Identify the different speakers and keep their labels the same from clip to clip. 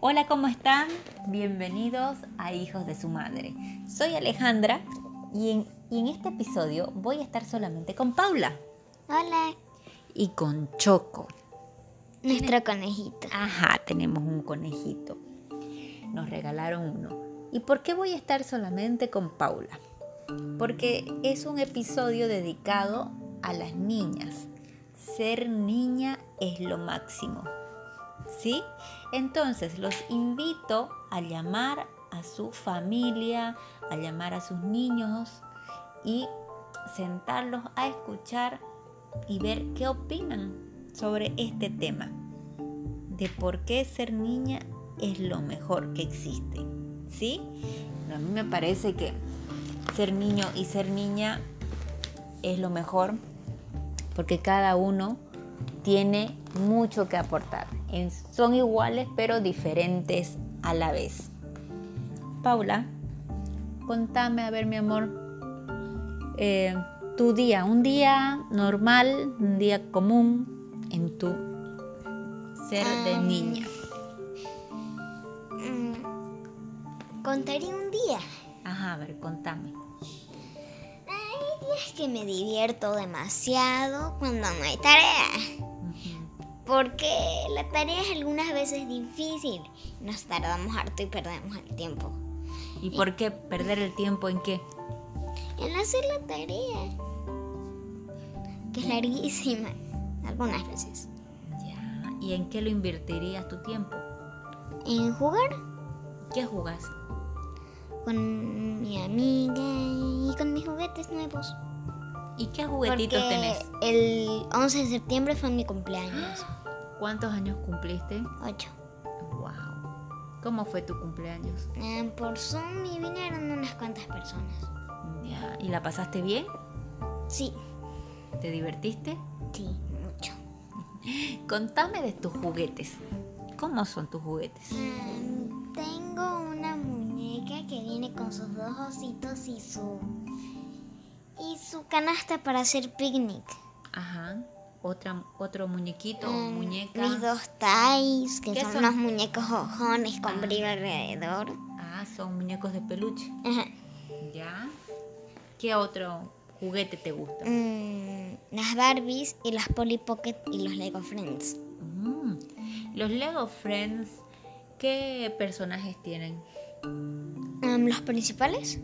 Speaker 1: Hola, ¿cómo están? Bienvenidos a Hijos de su Madre. Soy Alejandra y en, y en este episodio voy a estar solamente con Paula
Speaker 2: Hola,
Speaker 1: y con Choco.
Speaker 2: nuestro conejito.
Speaker 1: Ajá, tenemos un conejito. Nos regalaron uno. ¿Y por qué voy a estar solamente con Paula? Porque es un episodio dedicado a las niñas. Ser niña es lo máximo. ¿Sí? Entonces los invito a llamar a su familia, a llamar a sus niños y sentarlos a escuchar y ver qué opinan sobre este tema de por qué ser niña es lo mejor que existe. ¿Sí? A mí me parece que ser niño y ser niña es lo mejor porque cada uno tiene mucho que aportar. En- son iguales pero diferentes a la vez. Paula, contame, a ver mi amor, eh, tu día, un día normal, un día común en tu ser de
Speaker 2: Ah.
Speaker 1: niña.
Speaker 2: Mm, Contaré un día.
Speaker 1: Ajá, a ver, contame.
Speaker 2: Hay días que me divierto demasiado cuando no hay tarea.
Speaker 1: Ujú.
Speaker 2: Porque la tarea es algunas veces difícil. Nos tardamos harto y perdemos el tiempo.
Speaker 1: ¿Y por qué perder el tiempo en qué?
Speaker 2: En hacer la tarea. Que es larguísima. Algunas veces.
Speaker 1: Ya. ¿Y en qué lo invertirías tu tiempo?
Speaker 2: En jugar
Speaker 1: ¿Qué jugas?
Speaker 2: con mi amiga y con mis juguetes nuevos.
Speaker 1: ¿Y qué juguetitos
Speaker 2: Porque
Speaker 1: tenés?
Speaker 2: El 11 de septiembre fue mi cumpleaños.
Speaker 1: ¿Cuántos años cumpliste?
Speaker 2: 8.
Speaker 1: Wow. ¿Cómo fue tu cumpleaños?
Speaker 2: Eh, por Zoom y vinieron unas cuantas personas.
Speaker 1: Ya. ¿Y la pasaste bien?
Speaker 2: Sí,
Speaker 1: ¿Te divertiste?
Speaker 2: sí, mucho.
Speaker 1: Contame de tus juguetes. ¿Cómo son tus juguetes?
Speaker 2: Mm, tengo una muñeca que viene con sus dos ositos y su y su canasta para hacer picnic.
Speaker 1: Ajá. Otra, otro muñequito, o
Speaker 2: Mm,
Speaker 1: muñeca.
Speaker 2: Mis dos tais, que
Speaker 1: ¿Qué
Speaker 2: son,
Speaker 1: son?
Speaker 2: unos muñecos ojones
Speaker 1: Ah.
Speaker 2: con brillo alrededor.
Speaker 1: Ah, son muñecos de peluche.
Speaker 2: Ajá.
Speaker 1: Ya. ¿Qué otro juguete te gusta?
Speaker 2: Mm, las Barbies y las Polly Pocket y los Lego Friends.
Speaker 1: Mm. Los Lego Friends, ¿qué personajes tienen?
Speaker 2: Mm, los principales,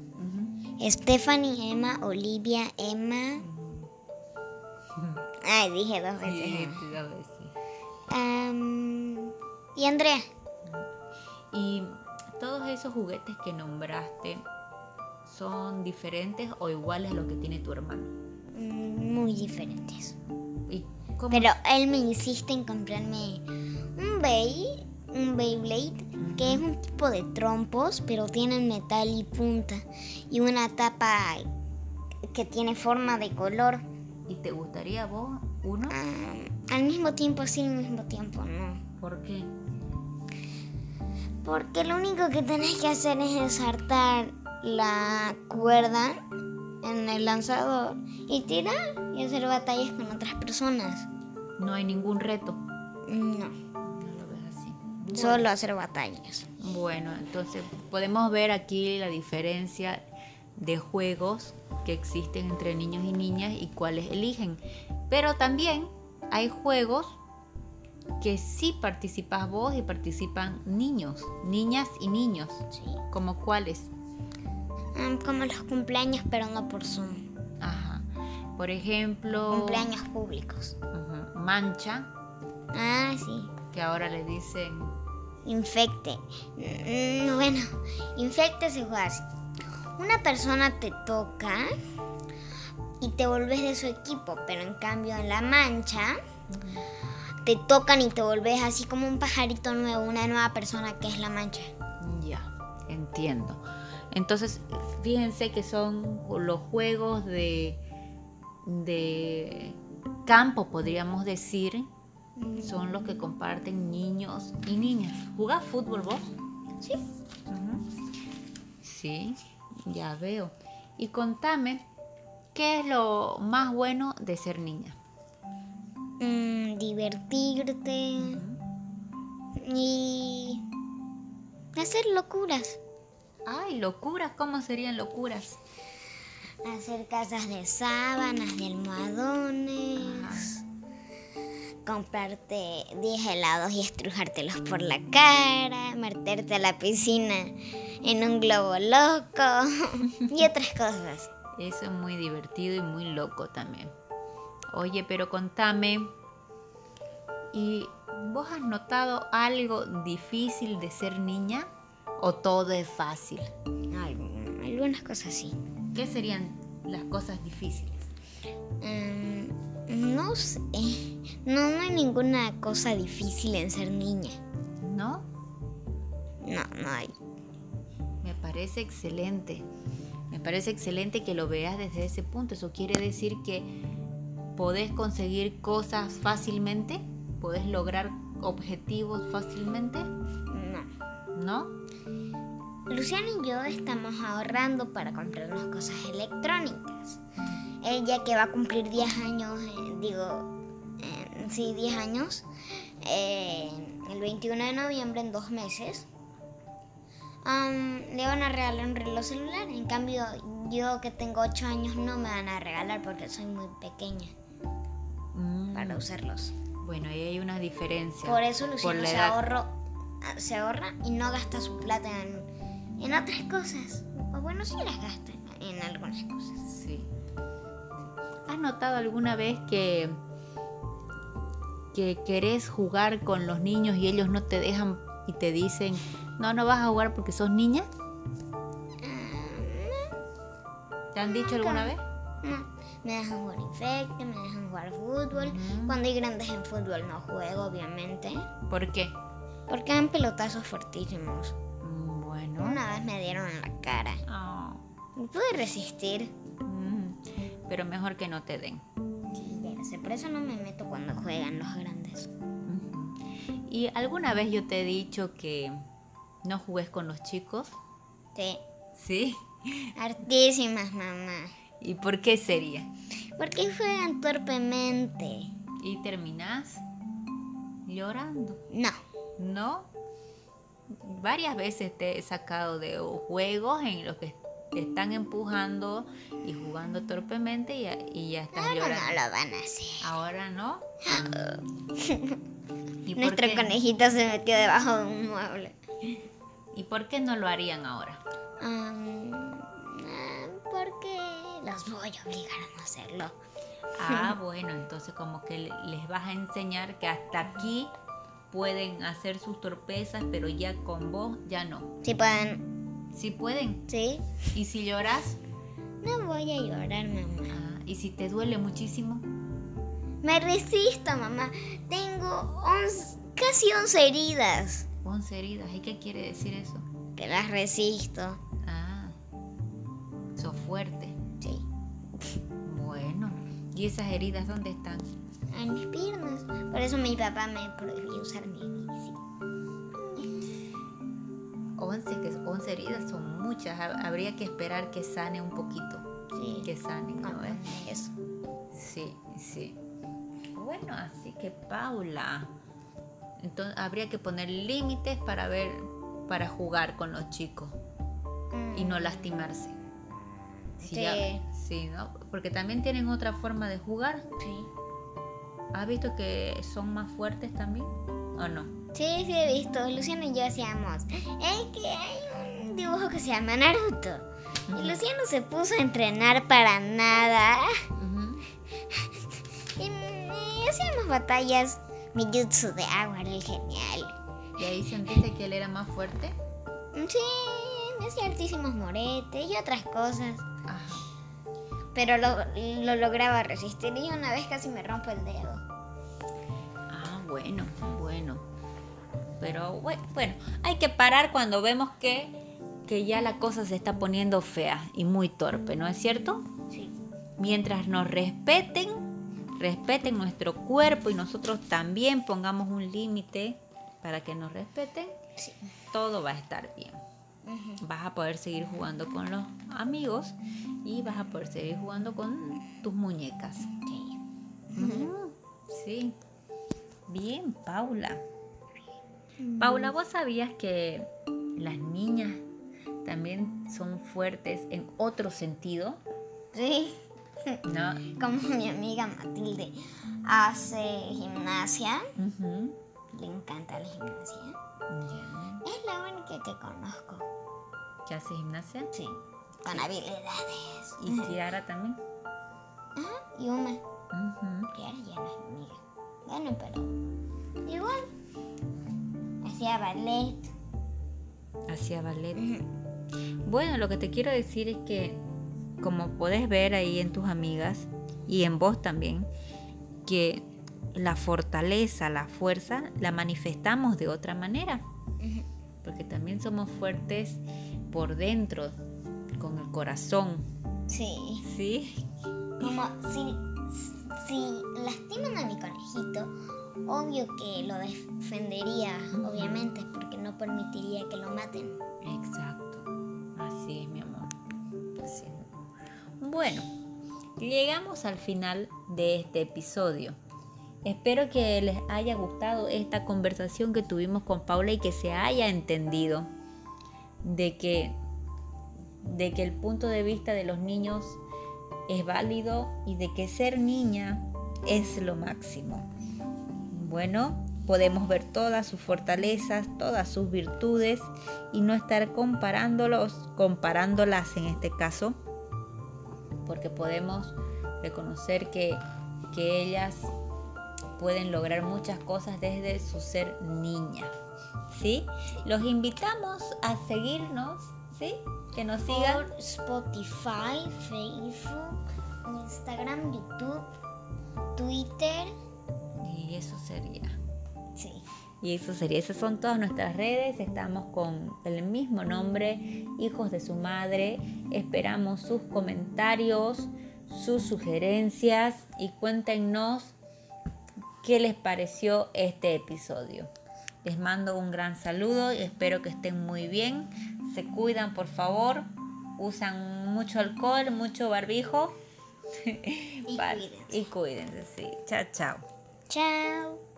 Speaker 2: Stephanie, Emma, Olivia, Emma. Ay, dije dos veces.
Speaker 1: Sí,
Speaker 2: Emma.
Speaker 1: tú lo ves, sí.
Speaker 2: Am, y Andrea.
Speaker 1: Y todos esos juguetes que nombraste son diferentes o iguales a los que tiene tu hermano.
Speaker 2: Mm, Muy diferentes.
Speaker 1: ¿Y cómo?
Speaker 2: Pero él me insiste en comprarme un Bey, un Beyblade, que es un tipo de trompos, pero tienen metal y punta. Y una tapa que tiene forma de color.
Speaker 1: ¿Y te gustaría a vos uno?
Speaker 2: Am, al mismo tiempo, sí, al mismo tiempo, no.
Speaker 1: ¿Por qué?
Speaker 2: Porque lo único que tenés que hacer es ensartar la cuerda en el lanzador y tirar y hacer batallas con otras personas.
Speaker 1: No hay ningún reto.
Speaker 2: No,
Speaker 1: No lo ves así.
Speaker 2: solo hacer batallas.
Speaker 1: Bueno, entonces podemos ver aquí la diferencia de juegos que existen entre niños y niñas y cuáles eligen. Pero también hay juegos que sí participas vos y participan niños, niñas y niños. ¿Como cuáles?
Speaker 2: Mm, Como los cumpleaños, pero no por Zoom.
Speaker 1: Ajá. Por ejemplo,
Speaker 2: Cumpleaños públicos.
Speaker 1: ujú, Mancha,
Speaker 2: Ah, sí.
Speaker 1: que ahora le dicen
Speaker 2: Infecte. Mm, Bueno, infecte se juega así. Una persona te toca y te volvés de su equipo, pero en cambio en la mancha te tocan y te volvés así como un pajarito nuevo, una nueva persona que es la mancha.
Speaker 1: Ya, entiendo. Entonces, fíjense que son los juegos de, de campo, podríamos decir, son los que comparten niños y niñas. ¿Jugás fútbol vos?
Speaker 2: Sí.
Speaker 1: Ujú. Sí, ya veo. Y contame, ¿qué es lo más bueno de ser niña?
Speaker 2: Mm, divertirte
Speaker 1: Ujú.
Speaker 2: y de hacer locuras.
Speaker 1: Ay, locuras, ¿cómo serían locuras?
Speaker 2: Hacer casas de sábanas, de almohadones.
Speaker 1: Ah.
Speaker 2: Comprarte 10 helados y estrujártelos por la cara. Meterte a la piscina en un globo loco. y otras cosas.
Speaker 1: Eso es muy divertido y muy loco también. Oye, pero contame, ¿y vos has notado algo difícil de ser niña o todo es fácil?
Speaker 2: Algu- Algunas cosas sí.
Speaker 1: ¿Qué serían las cosas difíciles?
Speaker 2: Mm, no sé. No, no hay ninguna cosa difícil en ser niña.
Speaker 1: ¿No?
Speaker 2: No, no hay.
Speaker 1: Me parece excelente. Me parece excelente que lo veas desde ese punto. Eso quiere decir que podés conseguir cosas fácilmente, podés lograr objetivos fácilmente,
Speaker 2: No.
Speaker 1: ¿no?
Speaker 2: Luciana y yo estamos ahorrando para comprarnos cosas electrónicas. Ella que va a cumplir 10 años, eh, digo, eh, sí, 10 años, eh, el 21 de noviembre en dos meses, am, le van a regalar un reloj celular. En cambio, yo que tengo 8 años no me van a regalar porque soy muy pequeña
Speaker 1: Mm,
Speaker 2: para usarlos.
Speaker 1: Bueno, ahí hay una diferencia.
Speaker 2: Por eso
Speaker 1: por
Speaker 2: Luciano
Speaker 1: la
Speaker 2: se,
Speaker 1: edad.
Speaker 2: ahorro, ah, se ahorra y no gasta su plata en, en otras cosas. O bueno, sí las gasta en, en algunas cosas.
Speaker 1: Sí. ¿Has notado alguna vez que que querés jugar con los niños y ellos no te dejan y te dicen, "No, no vas a jugar porque sos niña"? ¿Te han dicho alguna vez?
Speaker 2: No, me dejan jugar infecto, me dejan jugar fútbol.
Speaker 1: Mm.
Speaker 2: Cuando hay grandes en fútbol no juego, obviamente.
Speaker 1: ¿Por qué?
Speaker 2: Porque dan pelotazos fortísimos.
Speaker 1: Mm, Bueno.
Speaker 2: Una vez me dieron en la cara.
Speaker 1: Ah,
Speaker 2: No pude resistir.
Speaker 1: mm, Pero mejor que no te den.
Speaker 2: Sí, ya sé, por eso no me meto cuando juegan los grandes.
Speaker 1: Ujú. ¿Y alguna vez yo te he dicho que no jugues con los chicos?
Speaker 2: Sí.
Speaker 1: ¿Sí?
Speaker 2: Hartísimas, mamá.
Speaker 1: ¿Y por qué sería?
Speaker 2: ¿Por qué juegan torpemente?
Speaker 1: Y terminás llorando.
Speaker 2: No.
Speaker 1: ¿No? Varias veces te he sacado de juegos en los que te están empujando y jugando torpemente y, ya- y ya estás
Speaker 2: Ahora
Speaker 1: llorando.
Speaker 2: no lo van a hacer.
Speaker 1: Ahora no. ¿Y por,
Speaker 2: Nuestro
Speaker 1: qué,
Speaker 2: conejito se metió debajo de un mueble.
Speaker 1: ¿Y por qué no lo harían ahora?
Speaker 2: Am, ah, porque los voy a obligar a no hacerlo.
Speaker 1: Ah, bueno, entonces como que le- les vas a enseñar que hasta aquí pueden hacer sus torpezas, pero ya con vos ya no.
Speaker 2: Si pueden,
Speaker 1: Si pueden.
Speaker 2: sí.
Speaker 1: ¿Y si lloras?
Speaker 2: No voy a llorar, mamá.
Speaker 1: Ah, ¿Y si te duele muchísimo?
Speaker 2: Me resisto, mamá. Tengo 11 casi 11 heridas.
Speaker 1: 11 heridas. ¿Y qué quiere decir eso?
Speaker 2: Que las resisto.
Speaker 1: Ah, sos fuerte.
Speaker 2: Sí.
Speaker 1: Bueno, ¿y esas heridas dónde están?
Speaker 2: A mis piernas. Por eso mi papá me prohibió usar mi bici.
Speaker 1: 11, que 11 heridas son muchas. Ha- Habría que esperar que sane un poquito.
Speaker 2: Sí. Ah,
Speaker 1: Que sane,
Speaker 2: No,
Speaker 1: ¿no eh. ves?
Speaker 2: eso.
Speaker 1: Sí, sí. Bueno, así que Paula, entonces habría que poner límites para ver, para jugar con los chicos y
Speaker 2: Mm.
Speaker 1: no lastimarse. Si ya-
Speaker 2: Sí.
Speaker 1: sí, ¿no? Porque también tienen otra forma de jugar.
Speaker 2: Sí.
Speaker 1: ¿Has visto que son más fuertes también? ¿O no?
Speaker 2: Sí, sí, he visto. Luciano y yo hacíamos. Es que hay un dibujo que se llama Naruto. Y Luciano se puso a entrenar para nada.
Speaker 1: Ujú.
Speaker 2: Y, mm, hacíamos batallas. Mi jutsu de agua era el genial.
Speaker 1: ¿Y ahí sentiste que él era más fuerte?
Speaker 2: Sí, me hacía altísimos moretes y otras cosas.
Speaker 1: Ajá.
Speaker 2: Pero lo, lo lograba resistir y una vez casi me rompo el dedo.
Speaker 1: Ah, bueno, bueno. Pero bue- bueno, hay que parar cuando vemos que, que ya la cosa se está poniendo fea y muy torpe, ¿no es cierto?
Speaker 2: Sí.
Speaker 1: Mientras nos respeten, respeten nuestro cuerpo y nosotros también pongamos un límite para que nos respeten,
Speaker 2: Sí.
Speaker 1: todo va a estar bien.
Speaker 2: Ujú.
Speaker 1: Vas a poder seguir jugando con los amigos y vas a poder seguir jugando con tus muñecas.
Speaker 2: Sí.
Speaker 1: Ujú, Sí. Bien, Paula. Paula, ¿vos sabías que las niñas también son fuertes en otro sentido,
Speaker 2: Sí.
Speaker 1: ¿no?
Speaker 2: Como mi amiga Matilde hace gimnasia,
Speaker 1: Ujú.
Speaker 2: le encanta la gimnasia.
Speaker 1: Ya.
Speaker 2: Es la única que conozco.
Speaker 1: ¿Que hace gimnasia?
Speaker 2: Sí. Con habilidades.
Speaker 1: Y Kiara también.
Speaker 2: Ajá, y una.
Speaker 1: Ujú.
Speaker 2: Kiara ya no es mi amiga. Bueno, pero. Igual. Hacía ballet.
Speaker 1: Hacía ballet.
Speaker 2: Ujú.
Speaker 1: Bueno, lo que te quiero decir es que, como podés ver ahí en tus amigas y en vos también, que la fortaleza, la fuerza, la manifestamos de otra manera,
Speaker 2: Ujú.
Speaker 1: porque también somos fuertes por dentro, con el corazón,
Speaker 2: Sí.
Speaker 1: ¿sí?
Speaker 2: Como si, si lastiman a mi conejito, obvio que lo defendería, obviamente, porque no permitiría que lo maten.
Speaker 1: Exacto, así es mi amor. Así es, mi amor. Bueno, llegamos al final de este episodio. Espero que les haya gustado esta conversación que tuvimos con Paula y que se haya entendido de que, de que el punto de vista de los niños es válido y de que ser niña es lo máximo. Bueno, podemos ver todas sus fortalezas, todas sus virtudes y no estar comparándolos, comparándolas en este caso, porque podemos reconocer que, que ellas pueden lograr muchas cosas desde su ser niña. ¿Sí? Los invitamos a seguirnos, ¿sí? Que nos sigan.
Speaker 2: Por Spotify, Facebook, Instagram, YouTube, Twitter.
Speaker 1: Y eso sería.
Speaker 2: Sí.
Speaker 1: Y eso sería, esas son todas nuestras redes, estamos con el mismo nombre, hijos de su madre, esperamos sus comentarios, sus sugerencias y cuéntenos qué les pareció este episodio. Les mando un gran saludo y espero que estén muy bien, se cuidan por favor, usan mucho alcohol, mucho barbijo
Speaker 2: Y
Speaker 1: Vale,
Speaker 2: cuídense.
Speaker 1: y cuídense, sí. Chao, chao.
Speaker 2: Chao.